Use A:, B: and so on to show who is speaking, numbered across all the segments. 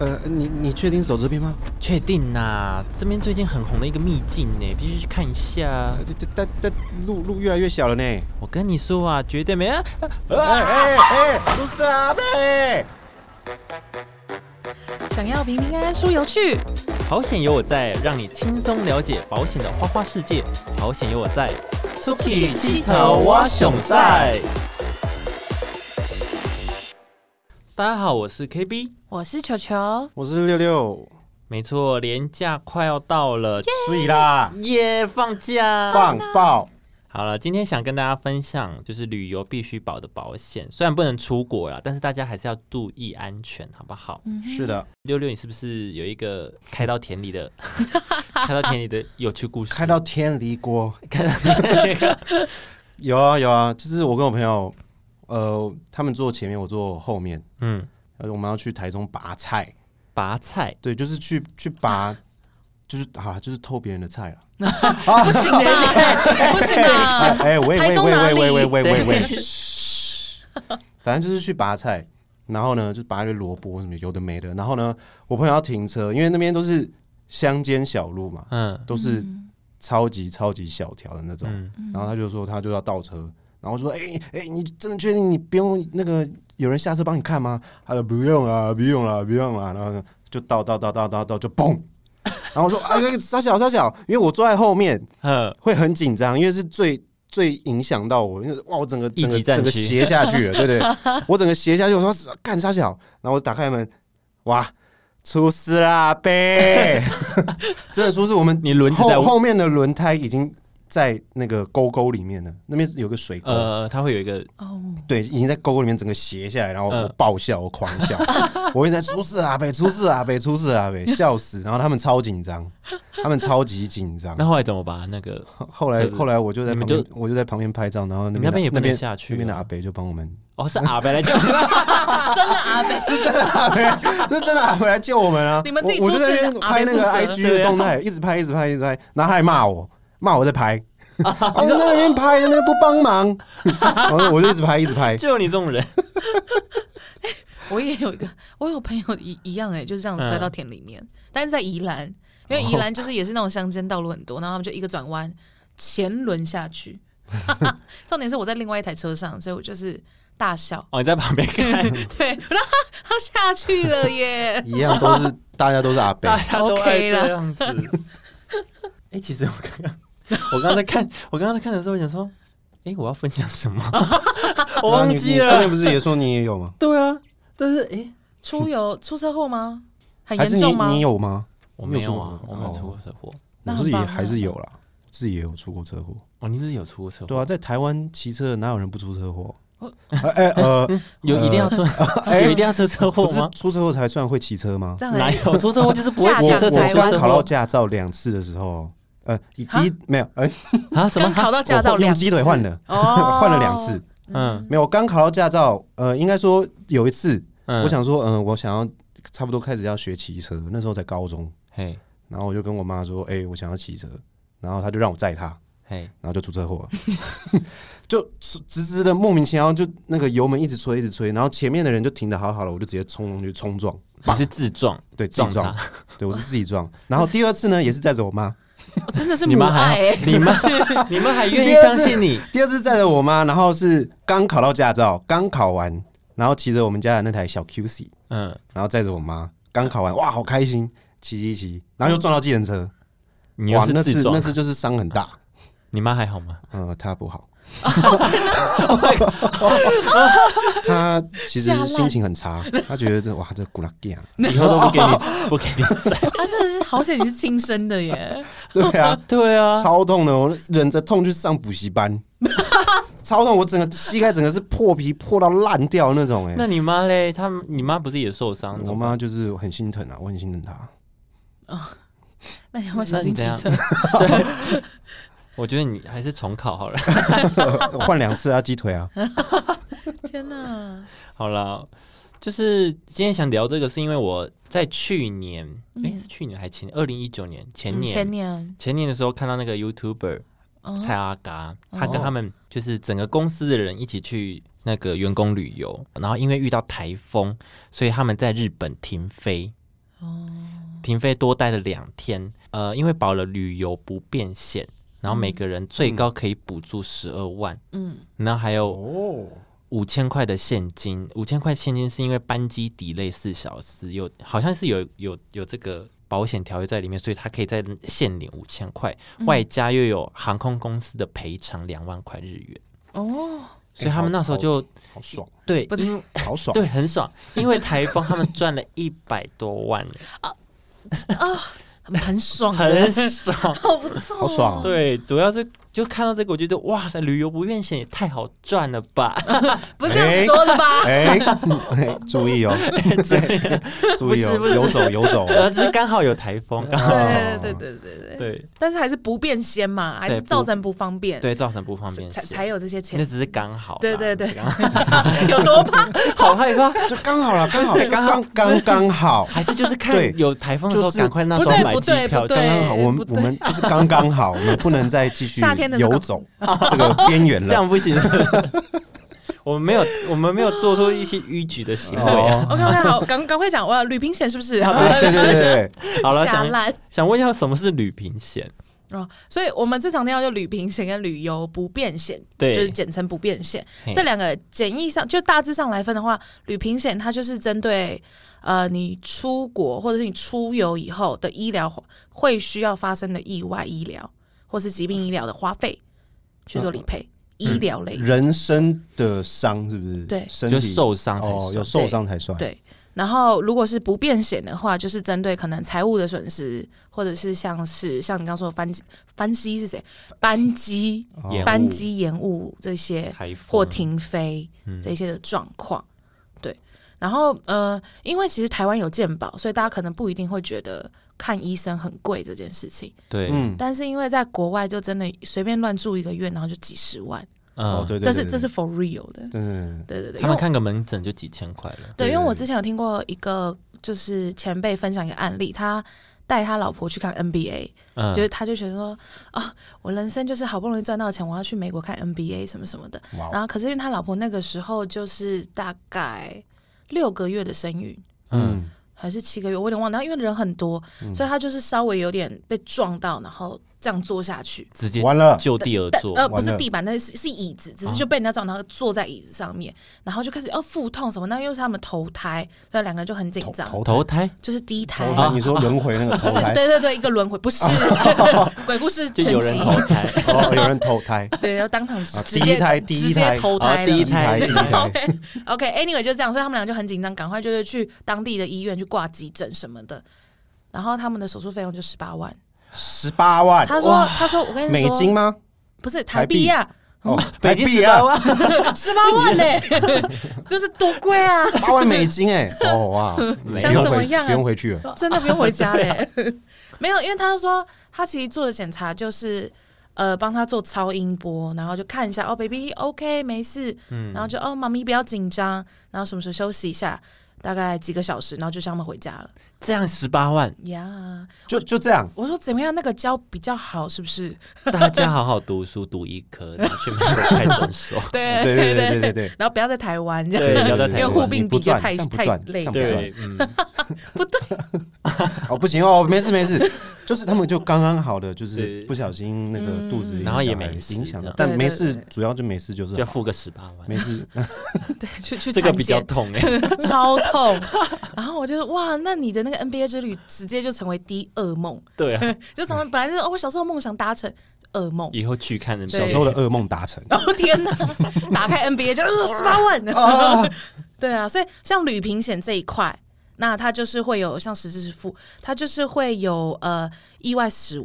A: 呃，你你确定走这边吗？
B: 确定呐、这边最近很红的一个秘境呢，必须去看一下
A: 呃。但但但路路越来越小了呢。
B: 我跟你说啊，绝对没啊！啊
A: 哎哎哎，叔叔阿贝，
C: 想要平平安安出游去，
B: 保险有我在，让你轻松了解保险的花花世界。保险有我在，出去
C: 剃头我
B: 熊赛。大家好，我是 KB。
C: 我是球球，
A: 我是六六，
B: 没错，年假快要到了，
A: 所以啦，
B: 耶、放假！
A: 放爆！
B: 好了，今天想跟大家分享就是旅游必须保的保险，虽然不能出国啦，但是大家还是要注意安全，好不好？
A: 是的，
B: 六六，你是不是有一个开到田里 的开到田里的有趣故事？
A: 开到天离锅。
B: 看到
A: 有啊有啊，就是我跟我朋友，呃，他们坐前面，我坐后面，
B: 嗯，
A: 呃，我们要去台中拔菜，
B: 拔菜，
A: 对，就是去去拔，就是好啦，就是偷别人的菜了。
C: 不行吧？ 不行吧？
A: 哎、喂
C: 台
A: 喂
C: 中
A: 喂
C: 哪
A: 喂
C: 里
A: 喂喂喂喂喂
B: 对，
A: 嘘反正就是去拔菜，然后呢就拔一堆萝卜什么有的没的，然后呢我朋友要停车，因为那边都是乡间小路嘛，
B: 嗯
A: 都是超级超级小条的那种，
B: 嗯，
A: 然后他就说他就要倒车，然后我就说哎哎、你真的确定你不用那个有人下车帮你看吗？他说不用啦，不用啦，不用啦，然后呢就倒倒倒倒倒倒就嘣，然后我说啊傻小傻小，因为我坐在后面
B: 呵，
A: 会很紧张，因为是最。最影响到我，因为哇，我整个
B: 一级
A: 整个整
B: 战区
A: 个斜下去了，对不对？我整个斜下去，我说干啥小，然后我打开门，哇，出事啦， 呗！真的出事，我们
B: 你轮子在
A: 后后面的轮胎已经在那个沟沟里面了，那边有个水沟，
B: 呃，它会有一个
C: 哦，
A: 对，已经在沟沟里面整个斜下来，然后我
B: 嗯
A: 爆笑，我狂 笑，我一直在出事啊，北出事啊，北出事啊，北笑死，然后他们超紧张，他们超级紧张
B: 那。后来怎么把那个？
A: 后后来
B: 车子
A: 后来我就在
B: 你
A: 旁
B: 们
A: 边，我就在旁边拍照，然后
B: 你
A: 那
B: 们
A: 边
B: 那边也不
A: 那
B: 能
A: 边
B: 下去
A: 那边的
B: 啊
A: 阿北就帮我们，
B: 哦，是阿白来救，
C: 真的阿北，
A: 这真的阿北来救我们啊！
C: 你们自己
A: 我我就
C: 出
A: 在
C: 事啊
A: 那边
C: 阿
A: 拍
C: 北
A: 那个
C: 负
A: IG
B: 责
A: 的动态，一直拍一直拍一直拍，然后他还骂我，骂我在 拍，我说在那边拍，在那边不帮忙， 然后我就一直拍一直拍，
B: 就你这种人，
C: 我也有一个，我有朋友一一样哎、就是这样
B: 嗯
C: 摔到田里面，但是在宜兰，因为宜兰就是也是那种乡间道路很多，然后他们就一个转弯，前轮下去。 重点是我在另外一台车上，所以我就是大
A: 。
C: 笑，
B: 哦，你在 旁边看，
C: 对，然后他下去了耶
A: 一样都是大家都是阿北，
B: 大家都爱
C: OK 啦
B: 这样子。 哎，其实我刚刚，我刚刚在看， 我刚刚在看的时候，我想说，哎，我要分享 什么？ 我
A: 对啊
B: 忘
A: 你
B: 记
A: 你上面
B: 了。
A: 不是也说你也有吗？
B: 对啊，但是哎，
C: 出游出车祸吗？很
A: 还是
C: 严
A: 你
C: 重吗？
A: 你有吗？
B: 我
A: 你
B: 没
A: 有出
B: 有啊，
A: 过
B: 我没有
A: 哦
B: 出过车祸。
C: 那
A: 我
C: 很
A: 自己
C: 棒啊
A: 还是有啦，自己也有出过车祸。
B: 哦，你自己有出过车祸？
A: 对啊，在台湾骑车哪有人不出车祸
C: 哦？
A: 哎哎呃，
B: 有一定要出， 有一定要出车祸
A: 不是
B: 吗？
A: 出车祸才算会骑车吗？
C: 这样欸
B: 哪
C: 还
B: 有出车祸就是不会
C: 驾
A: 我
B: 骑
C: 驶
B: 车
A: 我
B: 才
C: 才
B: 出
A: 刚
B: 车
A: 考到
B: 祸
A: 驾照两次的时候，呃，以
C: 哈
A: 第一没有，呃，
B: 啊？什么
C: 刚？考到驾照
A: 我换用
C: 两
A: 鸡腿换的，
C: 哦，
A: 换了两次。
B: 嗯
A: 没有，我刚考到驾照，呃，应该说有一次，
B: 嗯，
A: 我，想说，嗯，我想要差不多开始要学骑车，那时候在高中，
B: 嘿，
A: 然后我就跟我妈说，哎，我想要骑车，然后她就让我载她，
B: 嘿，
A: 然后就出车祸了， 就直直直的莫名其妙就那个油门一直吹一直吹，然后前面的人就停的好好了，我就直接冲上去冲撞，
B: 你是自撞，
A: 对，自己
B: 撞
A: 撞
B: 他，，
A: 对我是自己撞。 然后第二次呢也是载着我妈，
C: 我哦真的是
B: 你
C: 母
B: 妈还
C: 爱欸，
B: 你妈，你妈还愿意相信你？
A: 第二次载着我妈，然后是刚考到驾照，刚考完，然后骑着我们家的那台小 QC，
B: 嗯，
A: 然后载着我妈，刚考完，哇，好开心，骑骑骑，然后又撞到计程车，
B: 你
A: 哇
B: 又，是
A: 那
B: 自
A: 次
B: 撞
A: 那，次就是伤很大，
B: 你妈还好 吗？
A: 呃，他不 好。他其实心情很差，他觉得这哇，这古 拉吉啊，
B: 以后都不给你，不给你载。
C: 他真的是好险你是亲生的耶，
A: 对啊，
B: 对啊，
A: 超痛的，我忍着痛去上补习班，超痛，我整个膝盖整个是破皮破到烂掉那种哎、
B: 那你妈嘞？她，你妈不是也受伤？
A: 我妈就是很心疼啊，我很心疼她。
C: 那你要不要小心骑
B: 那你
C: 车
B: 怎？对，我觉得你还是重考好了。
A: 换两次啊，鸡腿啊，
C: 天哪，
B: 好了，就是今天想聊这个，是因为我在去年，哎、是去年还前二零一九年前
C: 嗯
B: 年、
C: 前年，
B: 前年的时候看到那个 YouTuber
C: 嗯
B: 蔡阿嘎，他跟他们就是整个公司的人一起去那个员工旅游，然后因为遇到台风，所以他们在日本停飞。
C: 哦
B: 停飞多待了两天，呃，因为保了旅游不变险，然后每个人最高可以补助十二万，
C: 嗯，
B: 然后还有
A: 哦，
B: 五千块的现金，五千块现金是因为班机 delay 四小时，有好像是有有有这个保险条约在里面，所以他可以再现领五千块，
C: 嗯
B: 外加又有航空公司的赔偿两万块日元，
C: 哦，
B: 所以他们那时候就
A: 好爽，
B: 对
C: 不对，
A: 好爽，
B: 对，很爽，因为台风他们赚了一百多万，
C: 很爽，
B: 很爽。
C: 好不错，
A: 好爽哦
B: 对，主要是就看到这个，我觉得哇塞，旅游不变险也太好赚了吧！
C: 不是这样说的吧？
A: 哎、嘿注意哦，注意哦，
B: 不是不是
A: 游走游走，
B: 呃，只是刚好有台风，哎刚好
A: 哦
C: 对对对对对对，
B: 对
C: 但是还是不便先嘛，还是造成不方便，
B: 对造成不方便
C: 才
B: 险
C: 才有这些钱
B: 那，只是刚好啦，啊
C: 对对对
B: 只是刚好，
C: 有多怕？
B: 好害怕，
A: 就刚好了，刚好，
B: 对
A: 就
B: 刚好
A: 刚刚刚好，
B: 还是就是
A: 对
B: 看有台风的时候，
A: 就是
B: 赶快那时
C: 不
B: 候
C: 对
B: 买
C: 不
B: 机
C: 对
B: 票，
C: 不对
B: 刚
A: 刚好，我们
C: 不对
A: 我们就是刚刚好，我们不能再继续
C: 夏天的时候
A: 游走这个边缘
B: 这
A: 了。
B: 样不行。我们没有，我们没有做出一些逾矩的行为啊。
A: 哦，
C: OK OK，好，赶赶快讲，哇，旅平险是不是？好吧，
A: 哎对对对对
B: 好了，
C: 下
B: 想
C: 烂
B: 想问一下，什么是旅平险？
C: 哦，所以我们最常听到就旅平险跟旅游不便险，
B: 对
C: 就是简称不便险
B: 嘿。
C: 这两个简易上就大致上来分的话，旅平险它就是针对呃你出国或者是你出游以后的医疗会需要发生的意外医疗或是疾病医疗的花费去做理赔，医疗类
A: 对，。人生的伤是不是？
C: 对
A: 身
B: 就
A: 体
B: 受伤才
A: 哦，
B: 算
A: 有受伤才算。
C: 对然后，如果是不便险的话，就是针对可能财务的损失，或者是像是像你刚说的翻翻机是谁，班机、
B: 延误
C: 班机延误这些，
B: 台风
A: 嗯
C: 或停飞这些的状况。对，然后呃，因为其实台湾有健保，所以大家可能不一定会觉得看医生很贵这件事情。
B: 对，嗯
A: 嗯，
C: 但是因为在国外，就真的随便乱住一个月，然后就几十万，
A: 哦，对对，对
C: 这是
A: 对
C: 这是 for real 的。
A: 对嗯对对
C: 对对
B: 嗯他
C: 对，因为
B: 们看个门诊就几千块了。
C: 对，
A: 对
C: 因为我之前有听过一个就是前辈分享一个案例，他。带他老婆去看 NBA，、
B: 嗯，
C: 就是他就觉得说啊，我人生就是好不容易赚到钱，我要去美国看 NBA 什么什么的。
A: 哇
C: 然
A: 哦，
C: 后可是因为他老婆那个时候就是大概六个月的身孕，
B: 嗯，
A: 嗯，
C: 还是七个月，我有点忘了。然后因为人很多，所以他就是稍微有点被撞到，然后这样坐下去。
B: 直接
A: 完了，
B: 就地而
C: 但
B: 坐。
C: 呃
A: 哦
C: 不
A: 完
C: 是
A: 了啊
C: 地板，那是是椅子，只是就被人家撞，然后坐在椅子上面，然后就开始要哦腹痛什么。那又是他们头胎，所以两个人就很紧
A: 投
C: 张，
A: 投
B: 投胎
C: 就是第一胎
A: 投，胎，你说轮回那个
C: 就
A: 投
C: 是
A: 胎，
C: 对对对，一个 轮回，不是鬼故事
B: 就
C: 全
B: 有人
C: 集，
B: 投胎，
A: 哦，有人投胎，
C: 对，要当场直
A: 啊第一
C: 接
A: 胎第
C: 直
A: 一
C: 接
A: 胎
C: 投胎
B: 哦
C: 了
B: 第一胎
A: 第一 胎，
C: OK OK Anyway 就这样，所以他们俩就很紧张，赶快就是去当地的医院去挂急诊什么的。然后他们的手术费用就十八万。
A: 十八万
C: 他说：“他说我跟
A: 哎
C: 你
A: 美
C: 说，
A: 金吗？
C: 不是
A: 台
C: 台
A: 币
C: 币呀，
A: 哦，
B: 北京十八万，
C: 十八万呢、 就是多贵啊，
A: 八万美金哎、哦 哇，不
C: 想
A: 用
C: 怎么
A: 回
C: 样啊
A: 不用回去了，
C: 真的不用回家嘞、没有，因为他说他其实做的检查就是。”呃，帮他做超音波，然后就看一下哦，baby，OK，、没事，
A: 嗯
C: 然后就哦，妈咪不要紧张，然后什么时候休息一下，大概几个小时，然后就让他们回家了
B: 这样十八万，
C: 呀。
A: 就就这样。
C: 我说怎么样，那个胶比较好，是不是？
B: 大家好好读书，读医科，然后去美国开诊所。
C: 对
A: 对对对对对对，
C: 嗯然后不要在台湾这样，
B: 对要在
C: 因为
B: 台
C: 护
B: 湾，
C: 病比
A: 不
C: 较
A: 赚
C: 太
A: 这样不
C: 太
A: 赚这
C: 累
A: 样不
C: 了。
B: 对，嗯，
A: 哦不行哦，没事没事，就是他们就刚刚好的，就是
B: 对嗯
A: 不小心那个肚子影响了，
B: 然后也没事
A: 影响了
B: 这样，
A: 但
C: 对对
A: 没事
C: 对，
A: 主要就没事就是
B: 就要
A: 好
B: 付个十八万，
A: 没 事，
C: 去去
B: 这个
C: 产
B: 比较
C: 检
B: 痛 哎。
C: 超痛。 然后我就说哇，那你的那个 NBA 之旅直接就成为第一噩梦，
B: 对啊，
C: 就从本来是哦，我小时候梦想达成噩梦。
B: 以后去看人
C: 对
A: 小时候的噩梦达 成
C: 哦 天哪！打开 NBA 就呃十八
B: 哦
C: 万，
A: 啊，
C: 对啊，所以像旅平险这一块，那它就是会有像实质支付，它就是会有呃意外死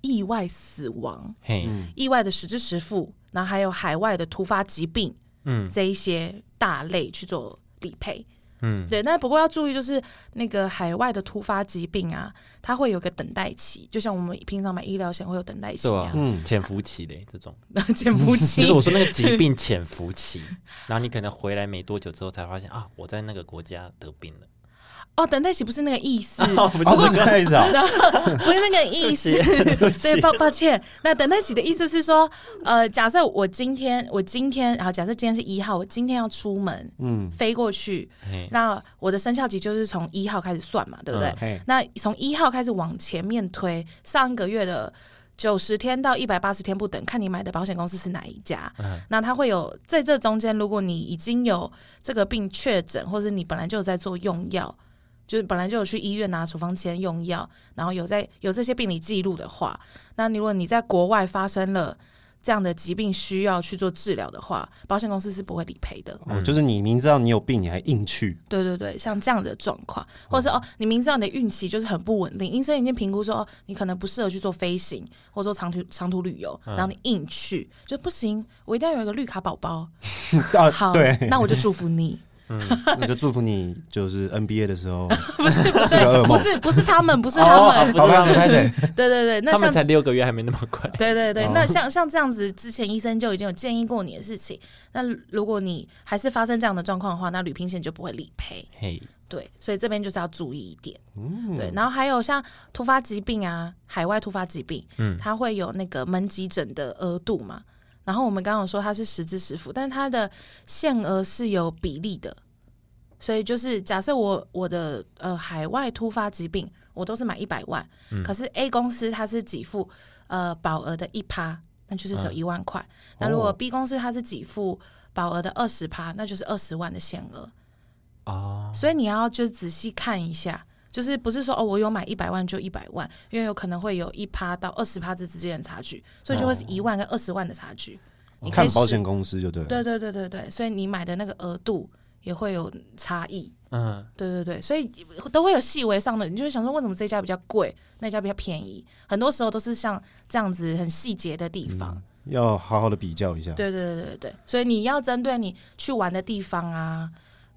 C: 意外死亡、
B: 嘿，
C: 意外的实质实付，然后还有海外的突发疾病
B: 嗯
C: 这一些大类去做理赔。
B: 嗯，
C: 对，那不过要注意，就是那个海外的突发疾病啊，它会有个等待期，就像我们平常买医疗险会有等待期
B: 对
C: 一
B: 啊
C: 样，，
B: 潜伏期嘞这种，
C: 潜伏
B: 就
C: 期
B: 啊是。我说那个疾病潜伏期，然后你可能回来没多久之后才发现啊，我在那个国家得病了，
C: 哦，等在一起不是那个意 思，
B: 哦，不
A: 哦，不
B: 是
A: 是这意思啊，
C: 然后不是那个
B: 对
C: 意
B: 不
C: 思
B: 起，， 对不起
C: 对，抱抱歉。那等待起的意思是说，呃，假设我今天，我今天，然后假设今天是一号，我今天要出门
A: 嗯，
C: 飞过去，
B: 嘿
C: 那我的生肖级就是从一号开始算嘛，对不对？
B: 嗯
A: 嘿，
C: 那从一号开始往前面推，上个月的九十天到一百八十天不等，看你买的保险公司是哪一家。
B: 嗯
C: 那它会有在这中间，如果你已经有这个病确诊，或是你本来就有在做用药，就是本来就有去医院拿处方签用药，然后有在有这些病理记录的话，那如果你在国外发生了。这样的疾病需要去做治疗的话，保险公司是不会理赔的。
A: 哦，
B: 嗯
A: 就是你明知道你有病，你还硬 去，
C: 对对对，像这样的状况，或者是哦，你明知道你的孕期就是很不稳定，医生已经评估说哦，你可能不适合去做飞行或者说长途长途旅游，然后你硬去就不行，我一定要有一个绿卡宝宝。
A: 啊，
C: 好，
A: 对，
C: 那我就祝福你。
A: 那就祝福你，就是 NBA 的时候，
C: 不是不
A: 是个噩梦
C: 是不是不是他们，不是他们，
A: 好开始开始，
C: 对对对，那
B: 他们
C: 像
B: 才六个月，还没那么快。
C: 对对对
A: 哦，
C: 那像像这样子，之前医生就已经有建议过你的事情。那如果你还是发生这样的状况的话，那旅平险就不会理赔。
B: 嘿，
C: 对，所以这边就是要注意一点。对，然后还有像突发疾病啊，海外突发疾病，
B: 嗯
C: 它会有那个门急诊的额度嘛。然后我们刚刚有说它是实支实付，但它的限额是有比例的，所以就是假设我我的呃海外突发疾病，我都是买一百万，可是 A 公司它是给付呃保额的一趴，那就是只有一万块。那如果 B 公司它是给付保额的二十趴，那就是二十万的限额。
B: 哦，
C: 所以你要就是仔细看一下，就是不是说哦，我有买一百万就一百万，因为有可能会有一趴到二十趴之之间的差距，所以就会是一万跟二十万的差距。你可
A: 哦
C: 以
A: 看
C: 试
A: 保险公司就对了。
C: 对对对对对，所以你买的那个额度也会有差异。
B: 嗯，
C: 对对对，所以都会有细微上的，你就会想说为什么这家比较贵，那家比较便宜？很多时候都是像这样子很细节的地方。
A: 要好好的比较一下。
C: 对对对对对，所以你要针对你去玩的地方啊，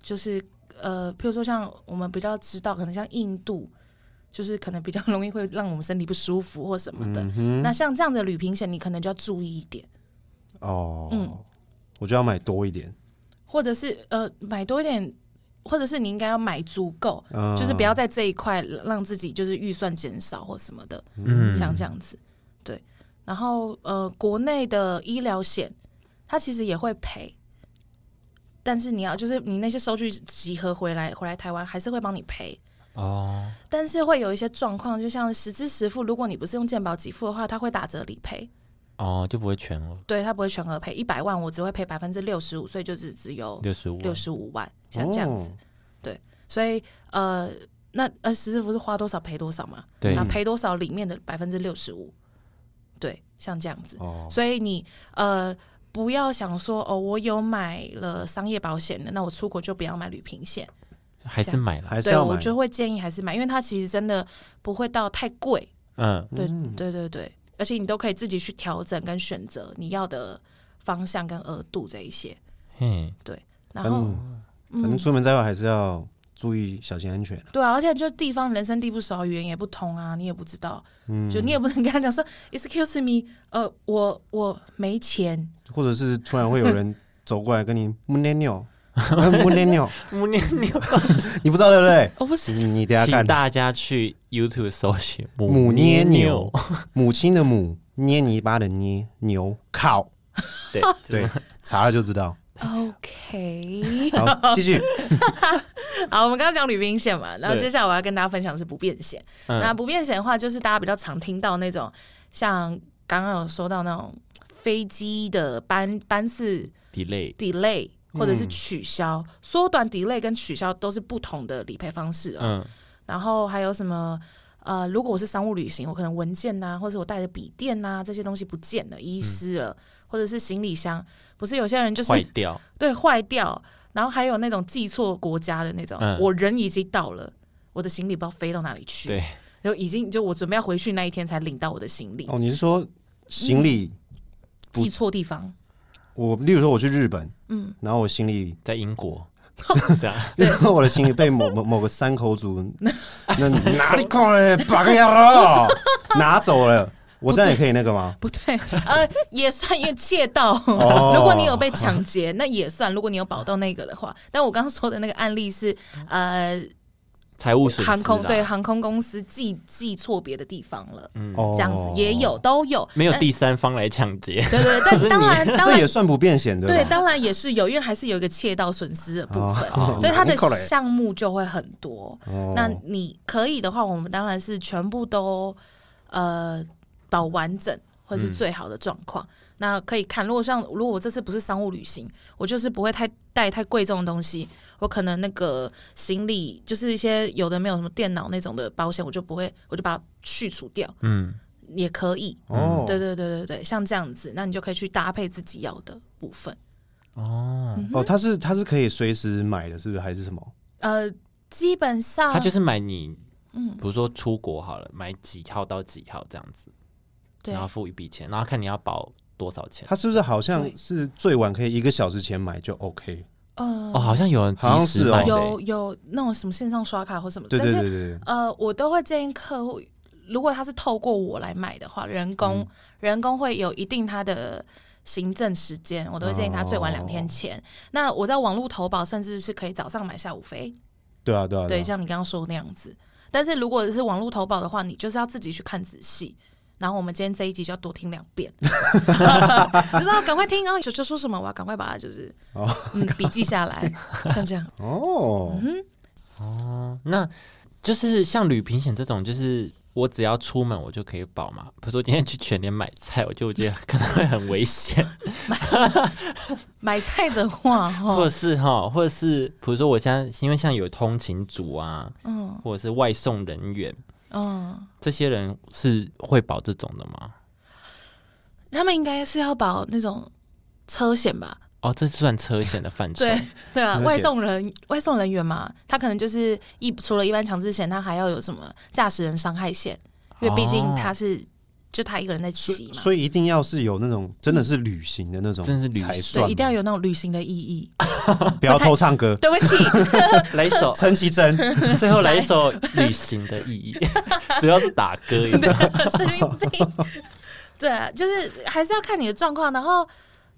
C: 就是呃，譬如说像我们比较知道，可能像印度，就是可能比较容易会让我们身体不舒服或什么的。那像这样的旅行险，你可能就要注意一点，
A: 哦，
C: 嗯
A: 我就要买多一点，
C: 或者是呃，买多一点，或者是你应该要买足够，
A: 嗯
C: 就是不要在这一块让自己就是预算减少或什么的，
B: 嗯
C: 像这样子，对。然后呃，国内的医疗险它其实也会赔，但是你要就是你那些收据集合回来回来台湾还是会帮你赔，
B: 哦，
C: 但是会有一些状况，就像实支实付，如果你不是用健保给付的话，它会打折理赔，
B: 哦，就不会全额
C: 对，它不会全额赔，一百万我只会赔百分之六十五，所以就只只有
B: 六十五，
C: 六十五万，像这样子。
A: 哦
C: 所以呃，那呃，实支付是花多少赔多少嘛？
B: 对
C: 那赔多少里面的百分之六十五，对，像这样子。
A: 哦，
C: 所以你呃，不要想说哦，我有买了商业保险的，那我出国就不要买旅平险。
B: 还是买了，
A: 还是
C: 对，
A: 要
C: 我
A: 买。
C: 就会建议还是买，因为它其实真的不会到太贵。
B: 嗯，
C: 对、对对对，而且你都可以自己去调整跟选择你要的方向跟额度这一些。
B: 嘿，
A: 反
C: 然后、
A: 正反
C: 嗯
A: 正出门在外还是要注意小心安全啊。
C: 对啊，而且就地方人生地不熟，语言也不通啊，你也不知道，
A: 嗯
C: 就你也不能跟他讲说，excuse me，呃，我我没钱，
A: 或者是突然会有 人走过来跟你木尿尿，呃木尿尿，
B: 木念牛，
A: 你不知道对不对？
C: 我哦不是
A: 你你等一下
B: 请
A: 看
B: 大家去 YouTube 搜 寻
A: 母捏
B: 捏
A: 牛，母亲的母，捏泥巴的捏，牛靠，
B: 对
A: 对，查了就知 道。
C: OK。
A: 好，继续。
C: 好，我们刚刚讲旅行险嘛，然后
B: 对
C: 接下来我要跟大家分享的是不便险。
B: 嗯
C: 那不便险的话，就是大家比较常听到那种，像刚刚有说到那种飞机的班班次
B: delay，
C: delay 或者是取消，缩短 delay 跟取消都是不同的理赔方式哦。
B: 嗯
C: 然后还有什么？呃，如果我是商务旅行，我可能文件呐、或者我带的笔电呐、这些东西不见
B: 嗯
C: 了、遗失了，或者是行李箱，不是有些人就是
B: 坏掉，
C: 对坏掉，然后还有那种寄错国家的那种，
B: 嗯
C: 我人已经到了，我的行李不知道飞到哪里去，
B: 对，
C: 就已经就我准备要回去那一天才领到我的行李，
A: 哦，你是说行李？
C: 嗯
A: 不
C: 寄错地方，
A: 我例如说我去日本，
C: 嗯，
A: 然后我行李，
B: 在英国这样，
A: 例如说 我的行李被某某某个山口 组，那哪里过 来，八个牙了，拿走了，我这样也可以那个吗？
C: 不对，呃，也算因为窃盗。
A: 哦
C: 如果你有被抢劫，那也算；如果你有保到那个的话，但我刚刚说的那个案例是，呃，
B: 财务损失啦
C: 航空对航空公司寄寄错别的地方了，
A: 哦
C: 嗯这样子也有，都有，
B: 没有
C: 但
B: 第三方来抢劫，
C: 对对，对
B: 是
C: 但
B: 你
C: 当然当
A: 这也
C: 然
A: 算不变险的
C: 对，
A: 吧？
C: 当然也是有，因为还是有一个窃盗损失的部分，
A: 哦
C: 所以它的
A: 难怪嘞
C: 项目就会很多。
A: 哦
C: 那你可以的话，我们当然是全部都呃保完整，会是最好的状况。那可以看，如果像如果我这次不是商务旅行，我就是不会太带太贵重的东西，我可能那个行李就是一些有的没有什么电脑那种的保险，我就不会，我就把它去除掉，
B: 嗯，
C: 也可以。
A: 哦，
C: 对嗯对对对对，像这样子，那你就可以去搭配自己要的部分。
B: 哦，
A: 哦，它是它是可以随时买的，是不是？还是什么？
C: 呃，基本上
B: 他就是买你，
C: 啊嗯
B: 比如说出国好了，买几号到几号这样子，
C: 对
B: 然后付一笔钱，然后看你要保多少钱。
A: 它是不是好像
C: 对
A: 是最晚可以一个小时前买就 OK？
C: 呃
B: 哦，好像有人及
A: 好像
B: 时
A: 是哦
B: 买的
C: 有有那种什么线上刷卡或什么，
A: 对对
C: 但
A: 对
C: 是
A: 对对，
C: 呃，我都会建议客户，如果他是透过我来买的话，人工、
A: 嗯
C: 人工会有一定他的。行政时间，我都会建议他最晚两天
A: 哦
C: 前。那我在网络投保，甚至是可以早上买下午飞，
A: 对啊对啊
C: 对，
A: 啊
C: 像你刚刚说的那样子。但是如果是网络投保的话，你就是要自己去看仔细。然后我们今天这一集就要多听两 遍， 就是要赶快听哦，九九说什么，我要赶快把它就是、
A: 哦
C: 嗯笔记下来，像这样。嗯
A: 哦，
B: 哦，那就是像旅平险这种，就是我只要出门我就可以保嘛。比如说今天去全联买菜，我就觉得可能会很危险，
C: 买菜的 话，
B: 或
C: 哈
B: 者，是哈，或者是比如说我现在因为像有通勤族啊，
C: 嗯
B: 或者是外送人员，
C: 嗯，
B: 这些人是会保这种的吗？
C: 他们应该是要保那种车险吧？
B: 哦，这算车险的范畴。
C: 对对啊，
A: 车险
C: 外送人外送人员嘛，他可能就是一除了一般强制险，他还要有什么驾驶人伤害险，因为毕竟
B: 哦
C: 他是、就他一个人在
A: 所
C: 骑
A: 以
C: 嘛，
A: 所以一定要是有那种真的是旅行的那种，
B: 真的是旅行
A: 才
C: 对，
A: 算
C: 一定要有那种旅行的意义。
A: 不要偷唱歌，
C: 对不起，
B: 来一首，
A: 陈绮 贞
B: 最后来一首旅行的意义， 主要是打歌， 你知道吗
C: 神经病。 对啊，就是还是要看你的状况，然后。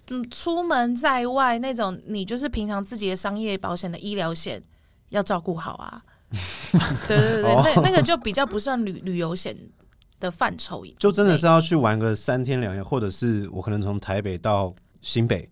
C: 嗯，出门在外那种，你就是平常自己的商业保险的医疗险要照顾好 啊。对对
B: 哦
C: 对，那那个就比较不算旅旅游险的范畴以内，
A: 就真的是要去玩个三天两夜，或者是我可能从台北到新北，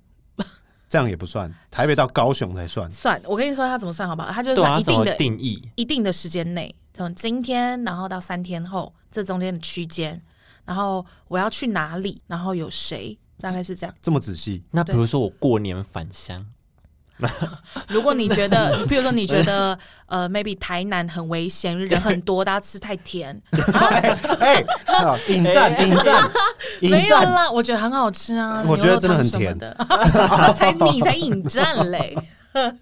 A: 这样也不算，台北到高雄才算。
C: 算。我跟你说他怎么算好不好？他就是
B: 对啊，
C: 算一
B: 怎
C: 定
B: 么
C: 的、
B: 定义？
C: 一定的时间内，从今天然后到三天后这中间的区间，然后我要去哪里，然后有谁，大概是这样。
A: 这么仔细，
B: 那比如说我过年返乡，
C: 如果你觉 得，比如说你觉得，呃，maybe 台南很危险，人很多，大家吃太甜，
A: 哎，啊引战，引战，引
C: 哎 没有
A: 战，
C: 啦，我觉得很好吃啊，
A: 我觉得真的很
C: 牛肉汤什么的， 才你才引战嘞。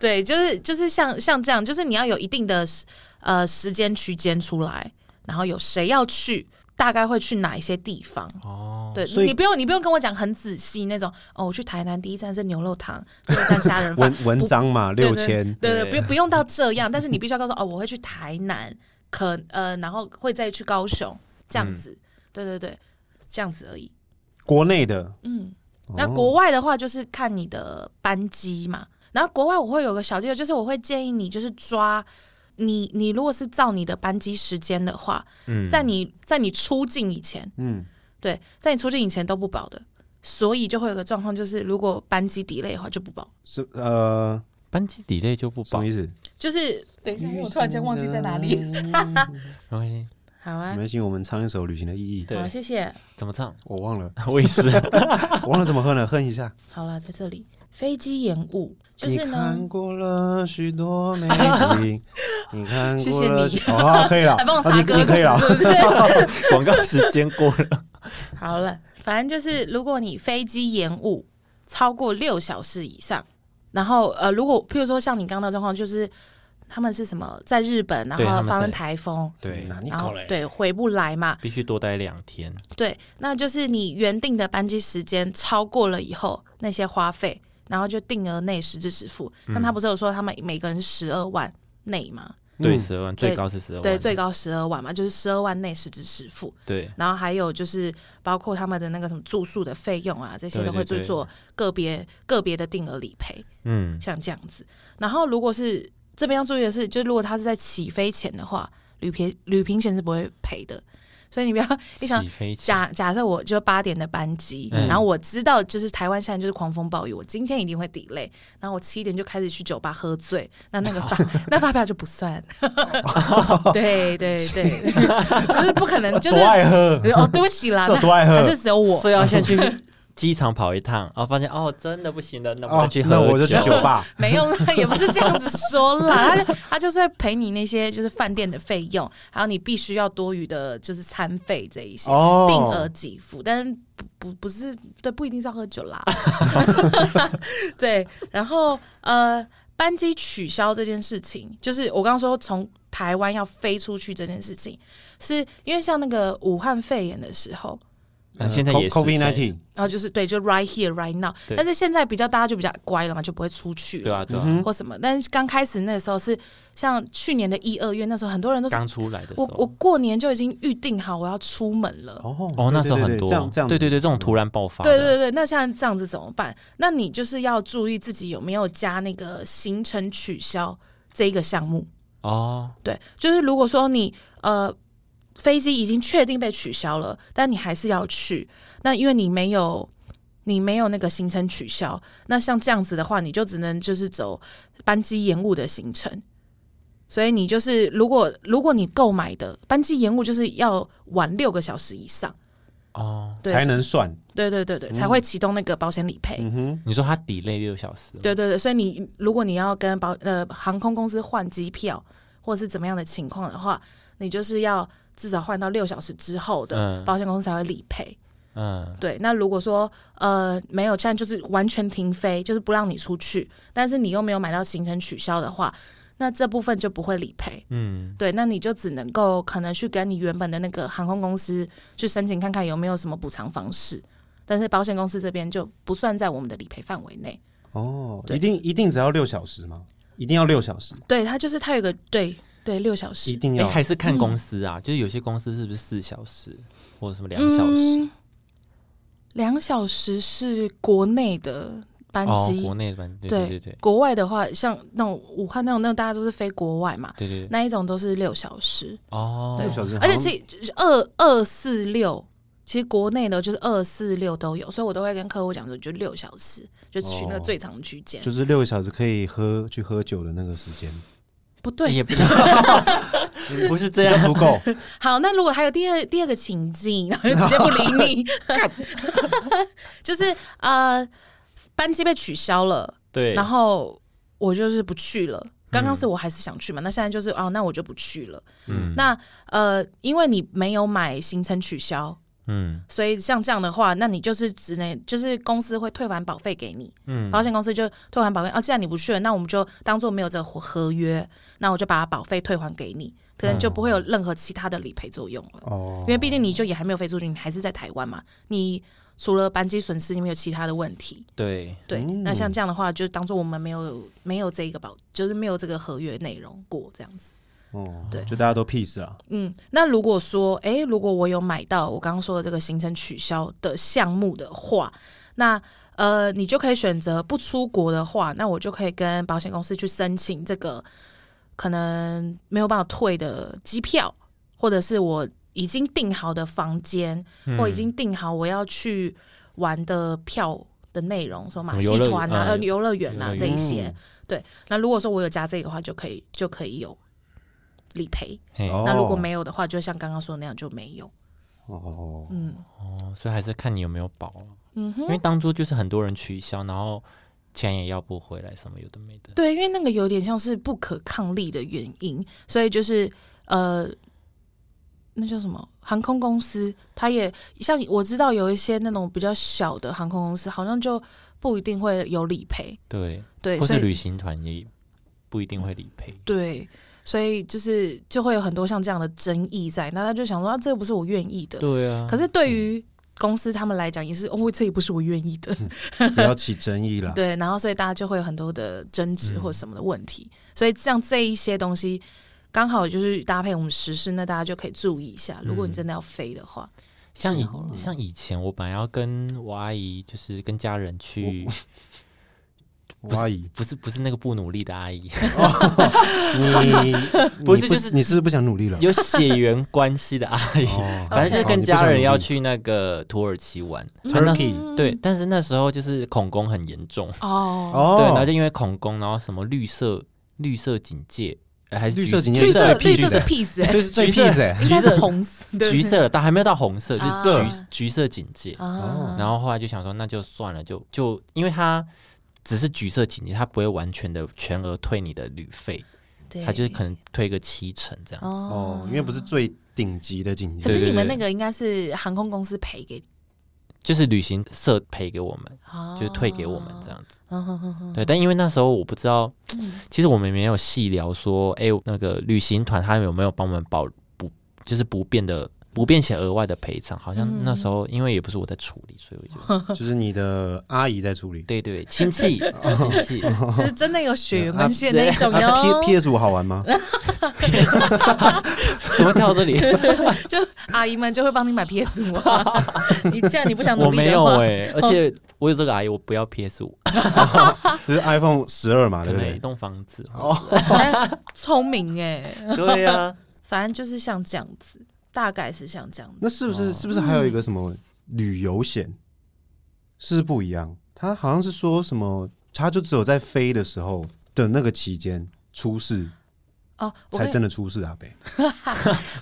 C: 对，就是就是像像这样，就是你要有一定的呃时间区间出来，然后有谁要去，大概会去哪一些地方。
B: 哦，
C: 对
A: 所以
C: 你不用你不用跟我讲很仔细那种哦，我去台南第一站是牛肉汤，第二站虾仁饭
A: 文，文章嘛，
C: 对
A: 六
C: 对
A: 千，
C: 对对，
B: 对
C: 不不用到这样，但是你必须要告诉我哦，我会去台南，可呃，然后会再去高雄，这样子，对对对，这样子而已。
A: 国内的
C: 嗯，那国外的话就是看你的班机嘛，然后国外我会有个小技巧，就是我会建议你就是抓。你你如果是照你的班机时间的话，
B: 嗯
C: 在你在你出境以前，
A: 嗯，
C: 对，在你出境以前都不保的，所以就会有个状况，就是如果班机 delay 的话就不保。
A: 是呃
B: 班机 delay 就不
A: 什
B: 保
A: 么意。思？
C: 就是等一下，因为我突然间忘记在哪里。
B: OK，
C: 好啊
A: 没，关系，我们唱一首《旅行的意义》，
C: 好，
B: 对，
C: 谢谢。
B: 怎么唱？
A: 我忘了，
B: 我也是。
A: 我忘了怎么哼了，哼一下。
C: 好了，在这里，飞机延误就是
A: 你
C: 呢
A: 看，过了许多美 景，你看过了许，
C: 谢谢哎
A: 哦，好可以了，
C: 还帮我
A: 哦
C: 擦
A: 你
C: 歌
A: 你
C: 词，
A: 可以了。
C: 是 不是？
B: 广告时间过了，
C: 好了，反正就是，如果你飞机延误超过六小时以上，然后呃，如果譬如说像你刚刚的状况，就是他们是什么在日本，然
B: 对他
C: 后
B: 们在
C: 发生台风，
A: 对，那你
C: 然后对嗯回不来嘛，
B: 必须多待两天。
C: 对，那就是你原定的班机时间超过了以后，那些花费，然后就定额内实支实付。但
A: 嗯
C: 他不是有说他们每个人十二万内吗？
B: 对，
A: 嗯
B: 十二万
C: 对
B: 最高是十二万。
C: 对，最高十二万嘛，就是十二万内实支实付。
B: 对
C: 然后还有就是包括他们的那个什么住宿的费用啊，这些
B: 对
C: 都会
B: 对
C: 去
B: 对
C: 做个别个别的定额理赔，
B: 嗯，
C: 像这样子。然后如果是这边要注意的是，就如果它是在起飞前的话，旅平旅平险是不会赔的，所以你不要 一想
B: 起飞前
C: 假假设我就八点的班机，
B: 嗯
C: 然后我知道就是台湾现在就是狂风暴雨，我今天一定会 delay，然后我七点就开始去酒吧喝醉，那那个 发那发票就不算。对对对， 就是不可能，就是
A: 多爱喝，
C: 哦，对不起啦，
A: 是有
C: 那
A: 多爱
C: 还
A: 喝
C: 是。只有我
B: 所以要先 去机场跑一趟，然后发现哦，真的不行了，那我
A: 哦
B: 要去，喝
A: 那我就去酒
B: 酒。
A: 吧。
C: 没有啦，也不是这样子说啦，他就他就是会赔你那些就是饭店的费用，还有你必须要多余的就是餐费这一些。
A: 哦，
C: 定额给付，但是不不不是对，不一定是要喝酒啦。 对，然后呃，班机取消这件事情，就是我刚刚说从台湾要飞出去这件事情，是因为像那个武汉肺炎的时候，
B: 那 现在也
A: 嗯
B: 是
A: COVID
B: 现在
A: nineteen，
C: 然后就是对，就 right here right now，
B: 对
C: 但是现在比较大家就比较乖了嘛，就不会出去
B: 对
C: 了。
B: 啊对啊，
A: 嗯哼，
C: 或什么，但是刚开始那时候是像去年的一二月，那时候很多人都是
B: 刚出来的时
C: 我
B: 候，
C: 我过年就已经预定好我要出门了，
A: 哦
B: 哦那时候很
A: 对对对
B: 多，
A: 这样这样子，
B: 对对对，这种突然爆发的，
C: 对对对，那像这样子怎么办？那你就是要注意自己有没有加那个行程取消这一个项目。
B: 哦，
C: 对，就是如果说你呃飞机已经确定被取消了，但你还是要去，那因为你没有你没有那个行程取消，那像这样子的话，你就只能就是走班机延误的行程。所以你就是，如果如果你购买的班机延误就是要晚六个小时以上，
B: 哦，
C: 对
A: 才能算。
C: 对对对对，才会启动那个保险理赔。
A: 嗯哼，
B: 你说他 delay 六小时，，哦
C: 对对对，所以你如果你要跟保呃航空公司换机票，或者是怎么样的情况的话，你就是要至少换到六小时之后的
B: 嗯
C: 保险公司才会理赔。
B: 嗯，
C: 对，那如果说呃没有，现在就是完全停飞，就是不让你出去，但是你又没有买到行程取消的话，那这部分就不会理赔。
B: 嗯，
C: 对，那你就只能够可能去跟你原本的那个航空公司去申请看看有没有什么补偿方式，但是保险公司这边就不算在我们的理赔范围内。
A: 哦，
C: 对
A: 一定一定只要六小时吗？一定要六小时，
C: 对，它就是它有个对对六小
A: 一
C: 时，
A: 定
B: 哎，
A: 要。
B: 还是看公司
C: 嗯
B: 啊，就是有些公司是不是四小时或者什么两小时，
C: 嗯，两小时是国内的班
B: 哦，
C: 机，
B: 国内的班，对
C: 对
B: 对对对
C: 国外的话像那种武汉那种，那大家都是飞国外嘛，
B: 对对，对
C: 那一种都是六小时，
B: 哦，
A: 六小时好
C: 而
A: 像，
C: 且是就是二二四六。其实国内的就是二四六都有，所以我都会跟客户讲说，就六小时，就取那个
A: 哦
C: 最长的区间。
A: 就是六个小时可以喝去喝酒的那个时间，
C: 不对，
B: 也不不是 这样
A: 足够。
C: 好，那如果还有第二第二个情境， 然后就直接不 理你， 就是呃，班机被取消了，
B: 对，
C: 然后我就是不去了。刚刚是我还是想去嘛，那现在就是哦，那我就不去了。
B: 嗯
C: 那呃，因为你没有买行程取消，
B: 嗯
C: 所以像这样的话，那你就是只能就是公司会退还保费给你，
B: 嗯
C: 保险公司就退还保费。哦，既然你不去了，那我们就当做没有这个合合约，那我就把保费退还给你，可能就不会有任何其他的理赔作用了。
A: 哦
C: 因为毕竟你就也还没有飞出去，你还是在台湾嘛，你除了班机损失，你没有其他的问题。
B: 对，
C: 对，
A: 嗯
C: 那像这样的话，就当做我们没有没有这一个保，就是没有这个合约内容过这样子。
A: 哦，
C: 对
A: 就大家都 peace 了。
C: 嗯，那如果说，诶，如果我有买到我刚刚说的这个行程取消的项目的话，那呃，你就可以选择不出国的话，那我就可以跟保险公司去申请这个可能没有办法退的机票，或者是我已经订好的房间，
B: 嗯
C: 或已经订好我要去玩的票的内容，说马
B: 什么游
C: 戏
B: 乐园
C: 团啊、
B: 啊
C: 呃游乐园啊
B: 游乐园
C: 这一些
A: 嗯。
C: 对，那如果说我有加这个的话，就可以就可以有理赔。
B: 嘿
A: 哦
C: 那如果没有的话，就像刚刚说的那样就没有。
A: 哦，
C: 嗯
B: 哦，所以还是看你有没有保啊
C: 嗯
B: 因为
C: 哼，
B: 当初就是很多人取消，然后钱也要不回来，什么有的没的。
C: 对，因为那个有点像是不可抗力的原因，所以就是呃。那叫什么航空公司？它也像我知道有一些那种比较小的航空公司，好像就不一定会有理赔。
B: 对，
C: 对，
B: 或
C: 所
B: 是
C: 以。
B: 旅行团也不一定会理赔。
C: 对，所以就是就会有很多像这样的争议在，那他就想说，啊、这个不是我愿意的。
B: 对啊，
C: 可是对于公司他们来讲，也是哦，这也不是我愿意的。
A: 不要起争议啦。
C: 对，然后所以大家就会有很多的争执
B: 啊嗯
C: 或什么的问题。所以像这一些东西，刚好就是搭配我们时事，那大家就可以注意一下。如果你
B: 嗯
C: 真的要飞的话，
B: 像以
C: 是好了
A: 哦
B: 像以前，我本来要跟我阿姨，就是跟家人去
A: 我阿姨，
B: 不是不是那个不努力的阿姨，
A: 你
B: 不
A: 你
B: 是就是
A: 你是不是不想努力了？
B: 有血缘关系的阿姨，
A: 哦
B: 反正就是
A: 哦
B: 跟
A: 你不
B: 家
A: 想努
B: 人
A: 力
B: 要去那个土耳其玩。然后那
A: Turkey
B: 对，但是那时候就是恐攻很严重，
C: 哦，
A: 哦，
B: 对，然后就因为恐攻，然后什么绿色绿色警戒呃还是
A: 绿
B: 橘
A: 色警戒
C: 绿
A: 橘
C: 色
A: 色
C: 绿色是
A: 的
C: peace，欸
A: 这是最
B: 橘
A: p
B: 色
A: e 哎，
C: 应该是红色对
B: 橘色了，但还没有到红色，就是
C: 啊
B: 橘橘色警戒。
C: 啊，
B: 哦然后后来就想说，那就算了，就就因为它只是橘色警戒，它不会完全的全额退你的旅费，
C: 对
B: 它就是可能退个七成这样子。
A: 哦，因为不是最顶级的 警
C: 可
A: 戒
B: 对
C: 是你们那个应该是航空公司赔给你，
B: 就是旅行社赔给我们，
C: 哦
B: 就是退给我们这。样子。
C: 嗯哼哼哼
B: 对，但因为那时候我不知道，
C: 嗯
B: 其实我们没有细聊说，哎，那个旅行团他有没有帮我们保不就是不变的不变且额外的赔偿？好像那时
C: 嗯
B: 候因为也不是我在处理，所以我就。
A: 就是你的阿姨在处理
B: 对对亲 戚亲戚，
C: 就是真的有血缘关系的那一种哟
A: 啊 P。P S 五好玩 吗？
B: 怎么跳到这里？
C: 就阿姨们就会帮你买 PS 五、啊 你既然你不想努
B: 我
C: 力
B: 没
C: 的
B: 有
C: 话，哦
B: 哎、而且我有这个阿姨，我不要 PS 五，
A: 就是 iPhone 十二嘛，
B: 可
A: 啊对哦不
B: 能
A: 对？
B: 一栋房子。
C: 哎聪明哎、
B: 对呀、啊，
C: 反正就是像这样子，大概是像这样子。
A: 那是不是是不是还有一个什么旅游险？是不是不一样，它好像是说什么，它就只有在飞的时候的那个期间出事，
C: 哦，我
A: 才
C: 跟你
A: 真的出事啊呗。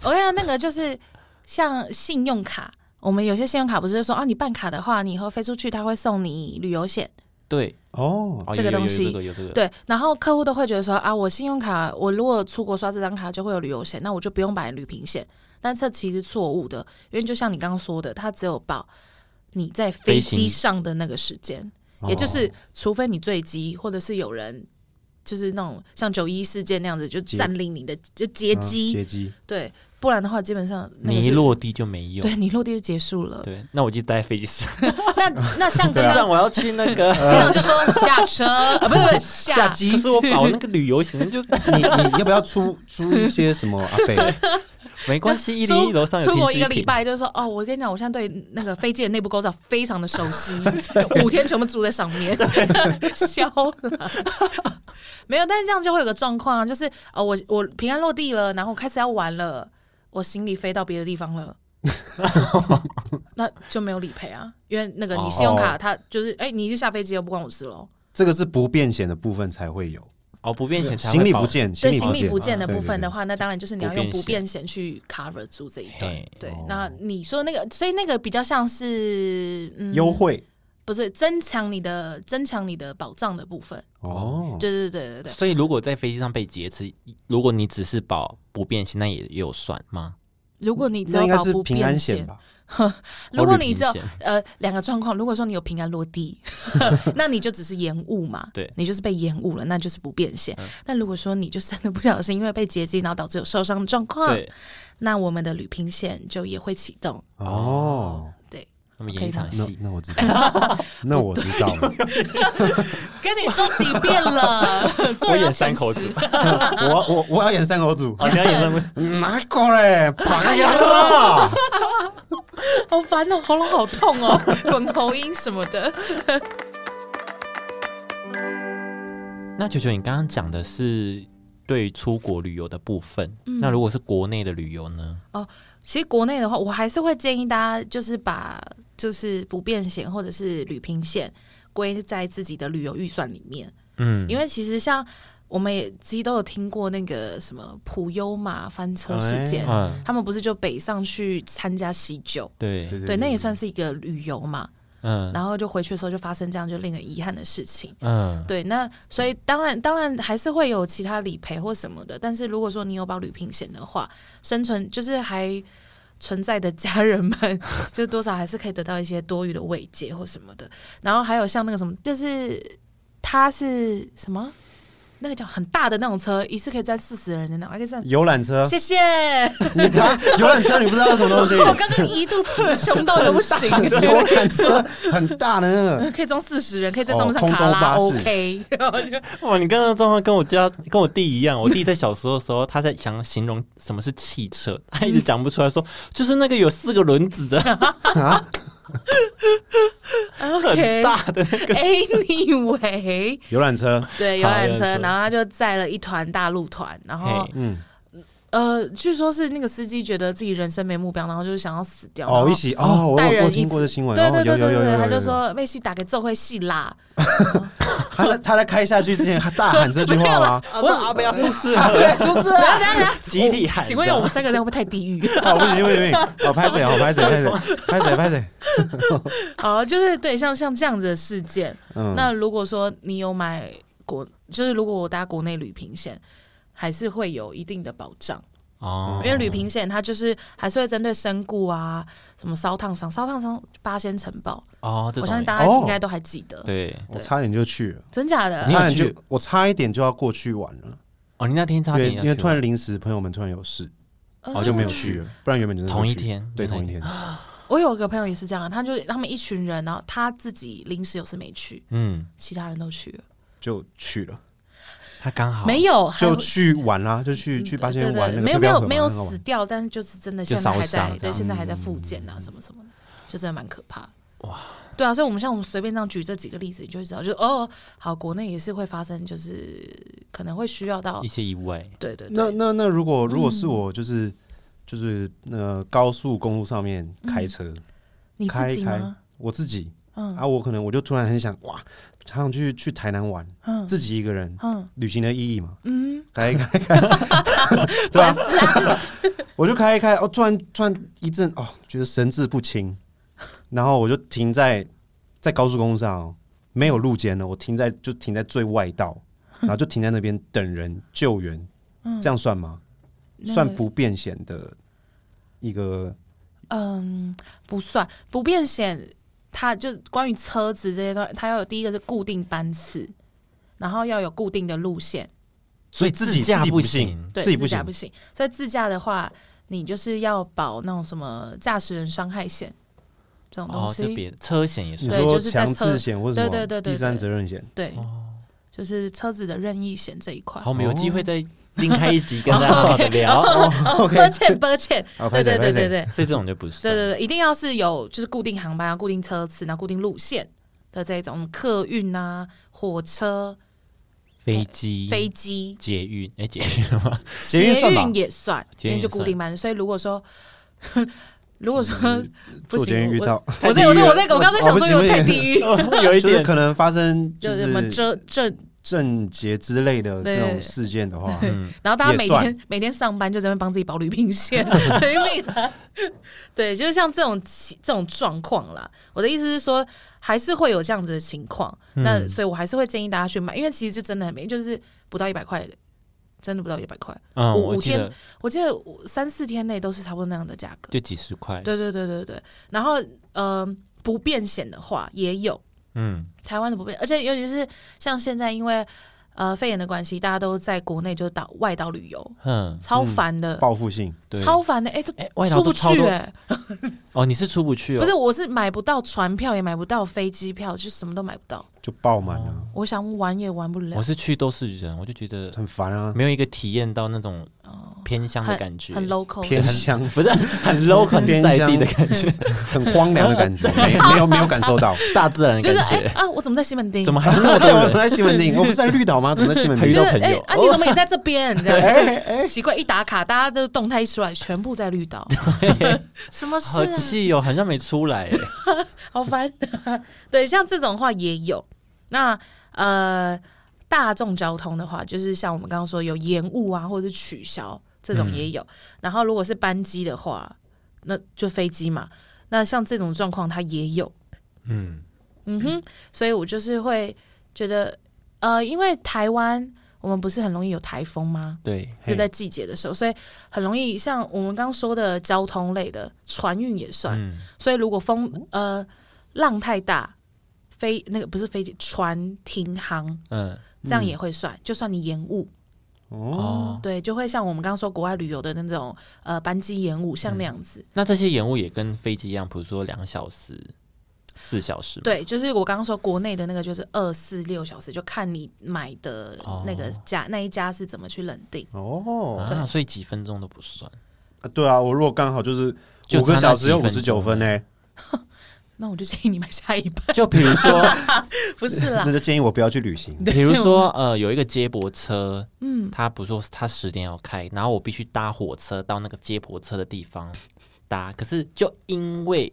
C: 我跟你讲，那个就是像信用卡，我们有些信用卡不是说啊，你办卡的话，你以后飞出去他会送你旅游险，
B: 对，
A: 哦，
B: 哦、
C: 这个
B: 有有
C: 东西
B: 有这个有这个，
C: 对。然后客户都会觉得说啊，我信用卡，我如果出国刷这张卡就会有旅游险，那我就不用买旅平险。但这其实错误的，因为就像你刚刚说的，它只有报你在飞
B: 飞行
C: 机上的那个时间。也就是除非你坠机，或者是有人就是那种像九一事件那样子，就
A: 劫
C: 占领你的就啊劫
A: 嗯
C: 机，
A: 劫机，
C: 对，不然的话基本上那个
B: 你一
C: 是
B: 落地就没用。
C: 对你落地就结束了。
B: 对，那我就待在飞机上，
C: 那那 像刚
A: 啊
B: 机上
C: 刚
B: 我要去 那个
C: 机长就说下车啊，不是不是下
A: 机
B: 可是我保那个旅游险 就
A: 你你要不要出出一些什么阿 贝？
B: 没关系，一
C: 出
B: 零一楼上有
C: 出国
B: 停
C: 一
B: 机
C: 个礼
B: 坪，
C: 拜，就是说哦，我跟你讲，我现在对那个飞机的内部构造非常的熟 悉，五天全部住在上面， 消了。没有，但是这样就会有个状况啊，就是哦，我我平安落地了，然后开始要玩了，我行李飞到别的地方 了。那就没有理赔啊，因为
B: 哦
C: 那个你信用卡，它就是哎、你已经下飞机了，不关我事喽。
A: 这个是不变险的部分才会有，
B: 哦，不变险才
A: 行李
B: 会
A: 不
B: 保，
A: 见，
C: 对
A: 李
C: 行李
A: 见啊
C: 不见的
A: 对
C: 部
A: 对
C: 分的
A: 对
C: 话，那当然就是你要用不便险去 cover 住这一段
B: 嘿。
C: 对
A: 哦，
C: 那你说那个，所以那个比较像是嗯，
A: 优惠
C: 不是增强你的增强你的保障的部分。
A: 哦，
C: 对对对对对，
B: 所以如果在飞机上被劫持，如果你只是保不变险，那也也有算吗？
C: 如果你只
A: 那
C: 有
A: 应该
C: 保
A: 是
C: 不
A: 平安
C: 便
A: 险
C: 险，
A: 吧？
C: 如果你只
B: 这
C: 有 呃两个状况，如果说你有平安落 地，那你就只是延误嘛，
B: 对
C: 你就是被延误了，那就是不变险。
A: 嗯
C: 但如果说你就真的不小心因为被劫机，然后导致有受伤的状况，
B: 对，
C: 那我们的旅平险就也会启动。
A: 哦，
C: 对，
B: 那么演一场
A: 那
B: 戏，
A: 那我知道， 那我知道了，
C: 跟你说几遍 了，做
B: 我
C: 人要
B: 演山口
C: 诚实
B: 组
A: 我我我要演三口 组，
B: 哦，你要演什么？
A: 啊哪个嘞？爬呀啦！
C: 好烦哦，喉咙好痛哦， 滚喉音什么的。
B: 那球球，你刚刚讲的是对出国旅游的部分，
C: 嗯
B: 那如果是国内的旅游呢？
C: 其实国内的话，我还是会建议大家就是把就是不便险或者是旅平险归在自己的旅游预算里面，
B: 嗯，
C: 因为其实像我们也其实都有听过那个什么普悠玛翻车事件，
B: 嗯，
C: 他们不是就北上去参加喜酒，
B: 对，
A: 对
C: 对，那也算是一个旅游嘛。
B: 嗯
C: 然后就回去的时候就发生这样就令人遗憾的事情。
B: 嗯，
C: 对，那所以当然当然还是会有其他理赔或什么的，但是如果说你有保旅平险的话，生存就是还存在的家人们， 就是多少还是可以得到一些多余的慰藉或什么的。然后还有像那个什么，就是它是什么？那个叫很大的那种车，一次可以载四十人的那种，还可以上。
A: 游览车，
C: 谢谢，
A: 你他游览车你不知道是什么东
C: 我
A: 西？
C: 刚刚一度词穷到都不行，
A: 游览车很大的那个，
C: 可以装四十人，可以再装得上
A: 哦空
C: 卡
A: 中
C: 拉
A: 巴士
C: OK，然 后就
B: 哇，你刚刚的状况跟我家跟我弟一样，我弟在小时候的时候，他在想形容什么是汽车，他一直
C: 哎
A: 啊
B: 讲不出来说，就是那个有四个轮子的，很
C: OK
B: 大的 那个
C: Anyway，
A: 游览车，
C: 对，游览
B: 好游览
C: 车，
B: 车
C: 然后他就载了一团大陆团，然后
B: 嘿
A: 嗯，
C: 呃，据说是那个司机觉得自己人生没目标，然后就是想要死掉。然
A: 哦，
C: 后
A: 一起哦，我
C: 带
A: 有
C: 人
A: 我
C: 一起
A: 听过这新闻，
C: 对
A: 哦，
C: 对
A: 有
C: 对对
A: 有有有
C: 对，
A: 有，
C: 他
A: 有
C: 就说妹去打给这会戏啦，
A: 他在他在开下去之前，他大喊这 句话吗？
B: 我阿贝要出事了，
C: 是不 是？等
A: 啊
C: 一下等一 下
B: 集体喊。
C: 请问我们三个人会不会太地狱？
A: 哦，不行不行不行，哦，拍谁？哦，拍谁？拍谁？拍谁？拍谁？
C: 哦，就是对，像像这样子的事件，
A: 嗯，
C: 那如果说你有买国，就是如果我搭国内旅平险，还是会有一定的保障，
B: 哦
C: 因为旅平险它就是还是会针对身故啊、什么烧烫伤、烧烫伤八仙城堡，
B: 哦，这种
C: 我相信大
A: 也
C: 家
A: 哦
C: 应该都还记得，
B: 对
A: 我差点就去了，
C: 真假的
B: 你？有
A: 差点
B: 去
A: 就我差一点就要过去玩了，
B: 哦，你那天差
A: 因为
B: 点要
A: 因
B: 去
A: 为突然临时朋友们突然有事，
B: 哦
A: 我就没有去了，不然原本就是
B: 同一，天，
A: 对，同一 天，
C: 我有个朋友也是这样，他就他们一群人，然后他自己临时有事没去，
B: 嗯，
C: 其他人都去了，
A: 就去了，
B: 他刚好
C: 没有，还
A: 就
C: 会
A: 去玩啦，就去去八仙
C: 对
A: 园
C: 对
A: 玩
C: 对
A: 那个啊
C: 没有
A: 特
C: 没
A: 别好
C: 有
A: 玩
C: 没有
A: 很好玩
C: 死掉，但是就是真的
B: 就
C: 现在
B: 烧
C: 还
B: 伤
C: 在，
B: 这
C: 对，
B: 样
C: 现在还在复健啊什么什么的，就真的蛮可怕的。
A: 嗯
C: 哇，对啊，所以我们像我们随便这样举这几个例子，你就会知道，就是哦，好，国内也是会发生，就是可能会需要到
B: 一，些意外，
C: 对对
A: 那
C: 对，
A: 那那如
C: 嗯
A: 果如果是我就是就是呃高速公路上面开车，
C: 你
A: 开
C: 自己
A: 开
C: 吗？
A: 我自己
C: 嗯
A: 啊，我可能我就突然很想哇，好想去去台南玩，
C: 嗯
A: 自己一个人
C: 嗯
A: 旅行的意义嘛，
C: 嗯，
A: 开一开，对啊
C: 烦死啊！
A: 我就开一开，哦，突然突然一阵哦，觉得神志不清，然后我就停在在高速公路上、哦，没有路肩了，我停在就停在最外道，然后就停在那边等人救援，这样算吗？
C: 嗯那个
A: 算不变险的一个
C: 嗯，不算不变险，它就关于车子这些东西，它要有第一个是固定班次，然后要有固定的路线。
A: 所以自
B: 自
A: 己
B: 驾
A: 自己
B: 不
A: 不信
B: 行，
C: 对，
A: 自己不
C: 自驾
A: 行
C: 不行。所以自驾的话，你就是要保那种什么驾驶人伤害险这种东
B: 哦，
C: 西。
B: 这边车险也是
A: 你
C: 对
A: 说
C: 就是在
A: 强制险或者什么
C: 对对对对
A: 第三责任险，
C: 对，就是车子的任意险这一块。
B: 哦好，我们有机会再另开一集跟 大家好
C: 哦
B: 好的聊。哦
C: 抱歉，抱歉。
A: 好
C: 对
A: 拍谁拍
C: 对对对
A: 谁
C: 对
B: 所以这种就不是
C: 对对对，一定要是有就是固定航班啊、固定车次、然后固定路线的这种客运啊、火车、
B: 飞机、
C: 飞机、
B: 捷运，哎，捷运 吗？
A: 嗯捷运算吧
C: 运也算，
B: 捷
C: 因为
B: 运
C: 就
B: 也
C: 固
B: 算
C: 定班。所以如果说 如果说不
A: 嗯坐捷运
C: 行，
A: 遇
C: 我
A: 到，
C: 我在我在我在我刚才想说有太地狱，
B: 有一
A: 就是
B: 点
A: 可能发生 就
C: 就是什么
A: 是
C: 这这
A: 症结之类的这种事件的话，
B: 嗯，
C: 然后大家
A: 也
C: 每
A: 算
C: 天 每天上班就在那边帮自己保旅平险， 神经病啊！ 对，就是像这种情这种状况啦。我的意思是说，还是会有这样子的情况。
A: 嗯
C: 那所以我还是会建议大家去买，因为其实就真的很便宜，就是不到一百块的，真的不到一百块。
B: 嗯，
C: 五
B: 我记
C: 天
B: 得
C: 我记得我三四天内都是差不多那样的价格。
B: 就几十块，
C: 对对对对对。然后呃，不变险的话也有，
B: 嗯，
C: 台湾的不便，而且尤其是像现在因为呃肺炎的关系，大家都在国内就岛外岛旅游，
B: 哼，
C: 超
A: 嗯
C: 烦的。
A: 报复性
B: 对，
C: 超烦的，哎、这
B: 哎外
C: 出
B: 劳
C: 不
B: 都超
C: 去
B: 多
C: 哎、
B: 哦，你是出不去哦，
C: 不是，我是买不到船票，也买不到飞机票，就什么都买不到。
A: 就爆满了，
C: 我想玩也玩不了
B: 我，是去都是人，我就觉得
A: 很烦啊，
B: 没有一个体验到那种偏乡的感觉，
C: 哦很 local
A: 偏
C: 的。
A: 乡
B: 不是很 local
A: 偏
B: 在地的
A: 乡
B: 感觉，
A: 很荒凉的感觉，没没有没有感受 到。
B: 大自然的
C: 就
B: 感
C: 是哎、
B: 觉，
C: 啊，我怎么在西门町？
B: 怎么
C: 就
B: 还是那么多
A: 对， 我
B: 人？
A: 在西门町，我不是在绿岛吗？怎么在西门
B: 还遇
A: 町
B: 到？
C: 是
B: 朋
C: 哎、
B: 友哎
C: 啊，你怎么也在这边？ 这样奇怪，一打卡，大家的动态一出来，全部在 绿岛，什么事
B: 好
C: 啊？
B: 气哦，好像没出来哎，
C: 好烦。对，像这种话也有。那呃，大众交通的话，就是像我们刚刚说有延误啊，或者是取消这种也有。然后如果是班机的话，那就飞机嘛。那像这种状况，它也有。
B: 嗯，
C: 嗯哼，所以我就是会觉得，呃，因为台湾我们不是很容易有台风吗？
B: 对，
C: 就在季节的时候，所以很容易像我们刚刚说的交通类的船运也算。
B: 嗯，
C: 所以如果风呃浪太大，飞那个不是飞机船停航，
B: 嗯，
C: 这样也会算，就算你延误，
B: 哦，
C: 对，就会像我们刚刚说国外旅游的那种呃班机延误，像那样子，
B: 那这些延误也跟飞机一样，比如说两小时、四小时吗，
C: 对，就是我刚刚说国内的那个就是二四六小时，就看你买的那个家、那一家是怎么去认定。
A: 哦，啊
B: 啊，所以几分钟都不算。
A: 对啊，我如果刚好就是
B: 就
A: 五
B: 差
A: 个
B: 那
A: 小时
B: 几
A: 有五
B: 分
A: 十九欸
B: 钟
A: 分呢，
C: 那我就建议你买 下一半，
B: 就比如说，
C: 不是啦
A: 那，就建议我不要去旅 行。
B: 比如说，呃，有一个接驳车，嗯，他不是说他十点要开，然后我必须搭火车到那个接驳车的地方搭，可是就因为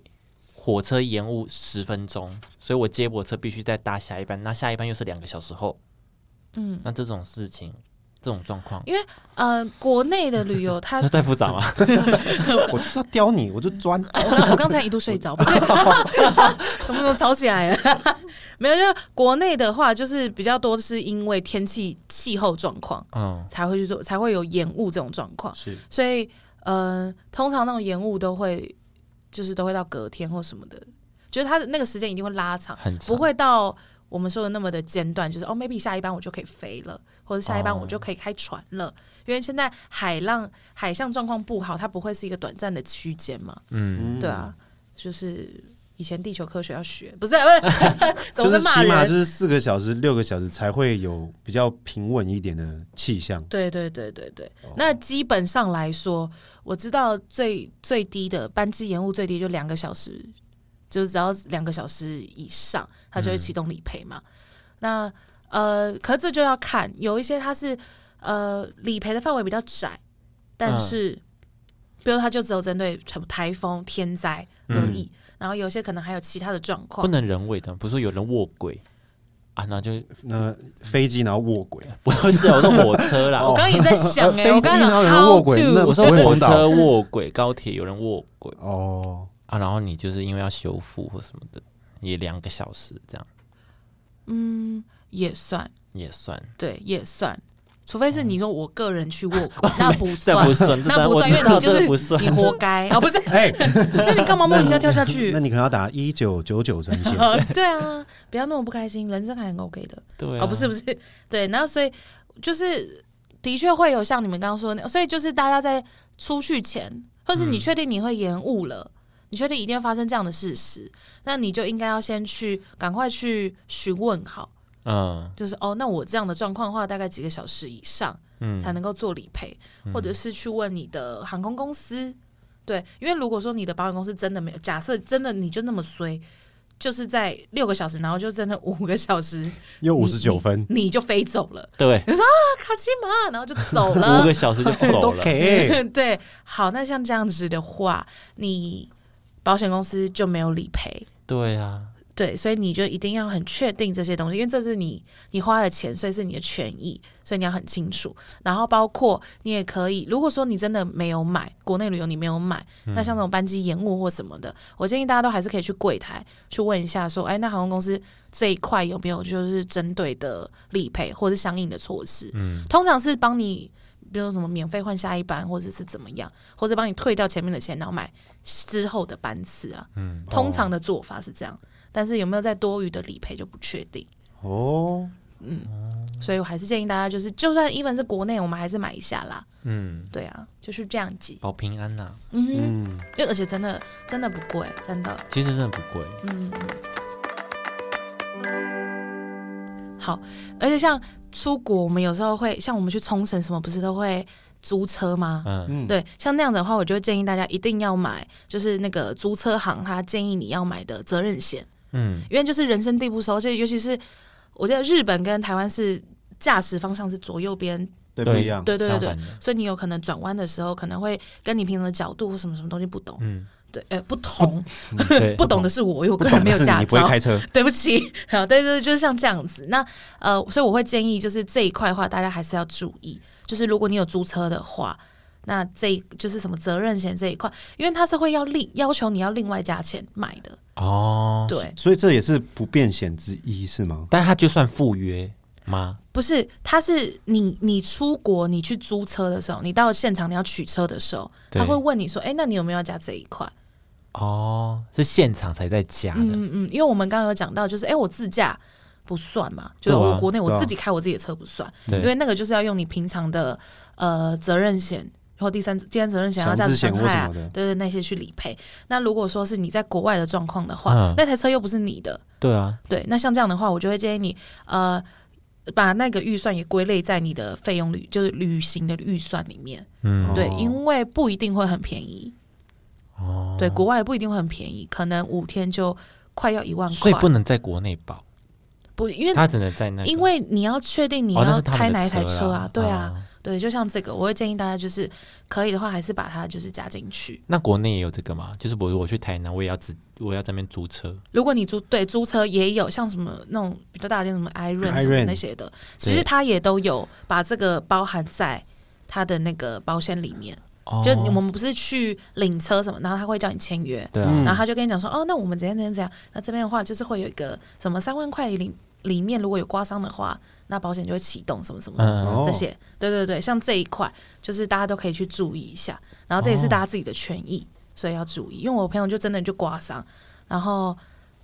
B: 火车延误十分钟，所以我接驳车必须再搭下一班，那下一班又是两个小时后，嗯，那这种事情，这种状况，
C: 因为呃，国内的旅游它
B: 那太复杂了。
A: 我就是要刁你，我就钻。
C: 我我刚才一度睡着，不是， 我们怎么吵起来了？ 没有，就是国内的话，就是比较多是因为天气气候状况
B: 嗯，
C: 才会去做，才会有延误这种状况。
B: 是
C: 所以，呃，通常那种延误都会，就是都会到隔天或什么的，就是它的那个时间一定会拉长，
B: 很长
C: 不会到我们说的那么的间断，就是哦，maybe 下一班我就可以飞了，或者下一班
B: 哦
C: 我就可以开船了，因为现在海浪海象状况不好，它不会是一个短暂的区间嘛，
B: 嗯，
C: 对啊，就是以前地球科学要学，不是、啊、不是，
A: 嗯就
C: 怎么
A: 是
C: 在骂
A: 起码
C: 人？
A: 就是四个小时、六个小时才会有比较平稳一点的气象。
C: 对对对对对，
A: 哦
C: 那基本上来说，我知道最最低的班机延误最低就两个小时，就是只要两个小时以上，它就会启动理赔
A: 嗯
C: 嘛。那呃，可是这就要看，有一些它是呃理赔的范围比较窄，但
B: 嗯
C: 是、比如它就只有针对什么台风、天灾而已，
A: 嗯
C: 然后有些可能还有其他的状
B: 不
C: 况。
B: 能人为的，不是说有人卧轨啊，那就
A: 那飞机然后卧轨，
B: 不是我说火车啦， 哦
C: 我刚刚也在想哎、
A: 飞
C: 我
A: 机
C: 刚刚
A: 然后有
C: 想
A: 人
C: how
A: 卧轨，那
C: to，
B: 我说
A: 不会
B: 火
A: 昏倒
B: 车卧轨， 高铁有人卧轨
A: 哦，
B: 啊，然后你就是因为要修复或什么的，也两个小时这样
C: 也算。
B: 也算，
C: 对，也算。除非是你说我个人去握股，那不
B: 这
C: 算
B: 不，算，这
C: 那不
B: 我
C: 算，
B: 知
C: 因为
B: 道
C: 你就
B: 这
C: 是
B: 不算
C: 你。活该啊，不是？
A: 哎，
C: 那你干嘛莫名其妙跳下去
A: 那？ 你可能要打一九九九专线。
C: 对啊，不要那么不开心，人生还很 OK 的。
B: 对啊
C: 哦，不是不
B: 是，
C: 是，对，然后所以就是的确会有像你们刚刚说的那，所以就是大家在出去前，或是你确定你会延误了，你确定一定会发生这样的事实，那你就应该要先去赶快去询问好，
B: 嗯
C: 就是哦，那我这样的状况的话，大概几个小时以上，
B: 嗯
C: 才能够做理赔，或者是去问你的航空公司。对，因为如果说你的保险公司真的没有，假设真的你就那么衰，就是在六个小时，然后就真的五个小时，
A: 又五十九分，
C: 你就飞走了，
B: 对，
C: 啊，卡其马，然后就 走
B: 五
C: 了
B: 个。小时就走 了，
A: 给
C: 对，好，那像这样子的话，你保险公司就没有理赔。
B: 对啊，
C: 对，所以你就一定要很确定这些东西，因为这是你你花的钱，所以是你的权益，所以你要很清楚。然后包括你也可以，如果说你真的没有买国内旅游，你没有买，
B: 嗯
C: 那像那种班机延误或什么的，我建议大家都还是可以去柜台去问一下，说，哎，那航空公司这一块有没有就是针对的理赔或者相应的措施？
B: 嗯
C: 通常是帮你，比如什么免费换下一班，或者是怎么样，或者帮你退掉前面的钱，然后买之后的班次啊。
B: 嗯，
C: 通常的做法是这样，但是有没有在多余的理赔就不确定。
A: 哦，
C: 所以我还是建议大家，就是就算 even 是国内，我们还是买一下啦。
B: 嗯，
C: 对啊，就是这样子。
B: 保平安啊呐，
C: 嗯哼，
A: 嗯，
C: 因为而且真的真的不贵，真的。
B: 其实真的不贵，
C: 嗯，好，而且像出国，我们有时候会像我们去冲绳什么，不是都会租车吗？
B: 嗯
A: 嗯，
C: 对，像那样的话，我就会建议大家一定要买，就是那个租车行他建议你要买的责任险，
B: 嗯
C: 因为就是人生地不熟，就尤其是我记得日本跟台湾是驾驶方向是左右边，
A: 对，不一样，
C: 对对对
B: 相
C: 对
B: 反，的
C: 所以你有可能转弯的时候可能会跟你平常的角度或什么什么东西不懂，
B: 嗯，
C: 对，呃，不同，
B: 对，
C: 不懂的是我，因为我
A: 不
C: 个
A: 懂
C: 人
A: 的
C: 没有
A: 是
C: 驾
A: 你不会
C: 照，
A: 开车，
C: 对不起，好，对对，就是像这样子。那呃，所以我会建议，就是这一块的话，大家还是要注意。就是如果你有租车的话，那这一就是什么责任险这一块，因为它是会要另要求你要另外加钱买的。
B: 哦，
C: 对，
A: 所以这也是不变险之一，是吗？
B: 但他就算赴约吗？
C: 不是，它是你你出国你去租车的时候，你到现场你要取车的时候，
B: 对
C: 他会问你说，哎、那你有没有要加这一块？
B: 哦，是现场才在加的，
C: 嗯嗯，因为我们刚刚有讲到，就是哎、诶我自驾不算嘛，就是
B: 对啊
C: 我国内
A: 对
C: 我
A: 啊
C: 自己开我自己的车不算，
B: 对
C: 因为那个就是要用你平常的呃责任险。或第三第三责任险要
A: 强
C: 驾驶
A: 制
C: 伤
A: 险或
C: 害
A: 什
C: 啊
A: 么的，
C: 对对，那些去理赔。那如果说是你在国外的状况的话，
B: 嗯
C: 那台车又不是你的，
B: 对啊，
C: 对，那像这样的话，我就会建议你呃，把那个预算也归类在你的费用旅，就是旅行的预算里面。
B: 嗯，
A: 哦
C: 对，因为不一定会很便宜。
B: 哦，
C: 对，国外也不一定会很便宜，可能五天就快要一万
B: 所
C: 块
B: 以。不能在国内保，
C: 不，因为
B: 他只能在那个，
C: 因为你要确定你
B: 哦那
C: 要
B: 是他
C: 开
B: 们的
C: 哪一台车啊，
B: 啦哦
C: 对啊，，对，就像这个，我会建议大家就是可以的话，还是把它就是加进去。
B: 那国内也有这个嘛？就是我我去台南，我也要自我也要在那边租车，
C: 如果你租对租车也有，像什么那种比较大的店，什么 Iron 什么
A: Iron
C: 那些的，其实它也都有把这个包含在它的那个保险里面。
B: 哦
C: 就我们不是去领车什么，然后他会叫你签约，
B: 对啊，
A: 嗯
C: 然后他就跟你讲说，哦，那我们怎样怎样怎样，那这边的话就是会有一个什么三万块里里面如果有刮伤的话，那保险就会启动什么什么什么。
B: 嗯，
A: 哦
C: 这些，对对对，像这一块，就是大家都可以去注意一下，然后这也是
B: 哦
C: 大家自己的权益，所以要注意。因为我朋友就真的就刮伤，然后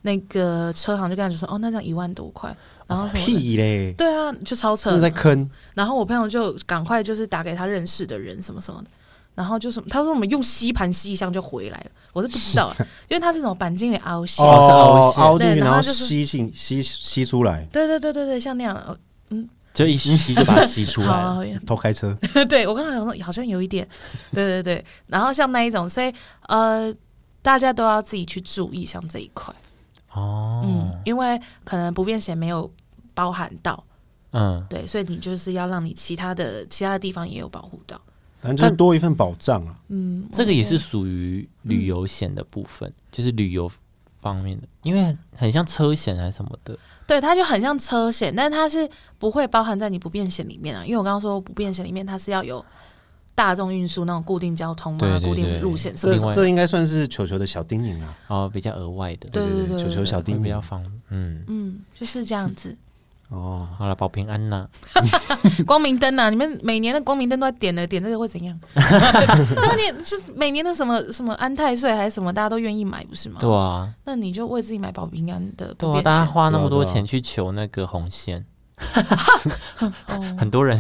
C: 那个车行就跟他说，哦，那这样一万多块，然后什么的，
A: 屁嘞，
C: 对啊，就超
A: 真
C: 扯
A: 的。在坑，
C: 然后我朋友就赶快就是打给他认识的人什么什么的，然后就什么，他说我们用吸盘吸一下就回来了，我是不知道啊，因为他是什么钣金给凹陷，
B: 哦是
A: 凹
B: 凹陷
A: 进去，
C: 对然
A: 然
C: 后
A: 后
C: 就是
A: 吸进吸吸出来，
C: 对对对对对，像那样，哦
B: 就一吸就把它吸出来
C: 好
B: 了。
C: 啊，
A: 偷开 车，
C: 对我刚刚想说好像有一点，对对对。然后像那一种，所以呃，大家都要自己去注意像这一块，
B: 哦，
C: 嗯，因为可能不便险没有包含到，
B: 嗯，
C: 对，所以你就是要让你其他的其他的地方也有保护到，
A: 反正就是多一份保障啊。
C: 嗯，
B: 这个也是
C: 我觉嗯
B: 属于旅游险的部分，就是旅游方面的，因为很像车险还是什么的。
C: 得对，它就很像车险，但它是不会包含在你不便险里面啊，因为我刚刚说不便险里面它是要有大众运输那种固定交通嘛、
B: 对对
C: 固定
B: 对
C: 路线什
A: 这
C: 么
B: 另外
A: 这应该算是球球的小叮咛啊，
B: 哦，比较额外的，
C: 对对对对
A: 球球小
B: 会
A: 叮
B: 比较
A: 咛
B: 方，嗯，
C: 嗯，就是这样子。
A: 哦。
B: 好了，保平安呐、
C: 光明灯啊，你们每年的光明灯都在点的，点这个会怎样？ 那你就是每年的什么什么安太岁还是什么，大家都愿意买，不是吗？
B: 对啊，
C: 那你就为自己买保平安的
B: 对
C: 不
B: 啊，
C: 变
B: 大家
C: 险。
B: 花那么多
A: 对啊对啊
B: 钱去求那个红线，
C: 哦，
B: 很多人，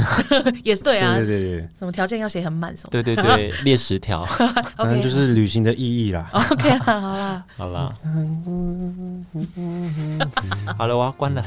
C: 也是对啊，
A: 对对对，
C: 什么条件要写很满什么。
B: 对对 对，列十条，
A: 反正
C: OK，
A: 就是旅行的意义啦。
C: OK 啦，好啦，
B: 好啦，好了，我要关了。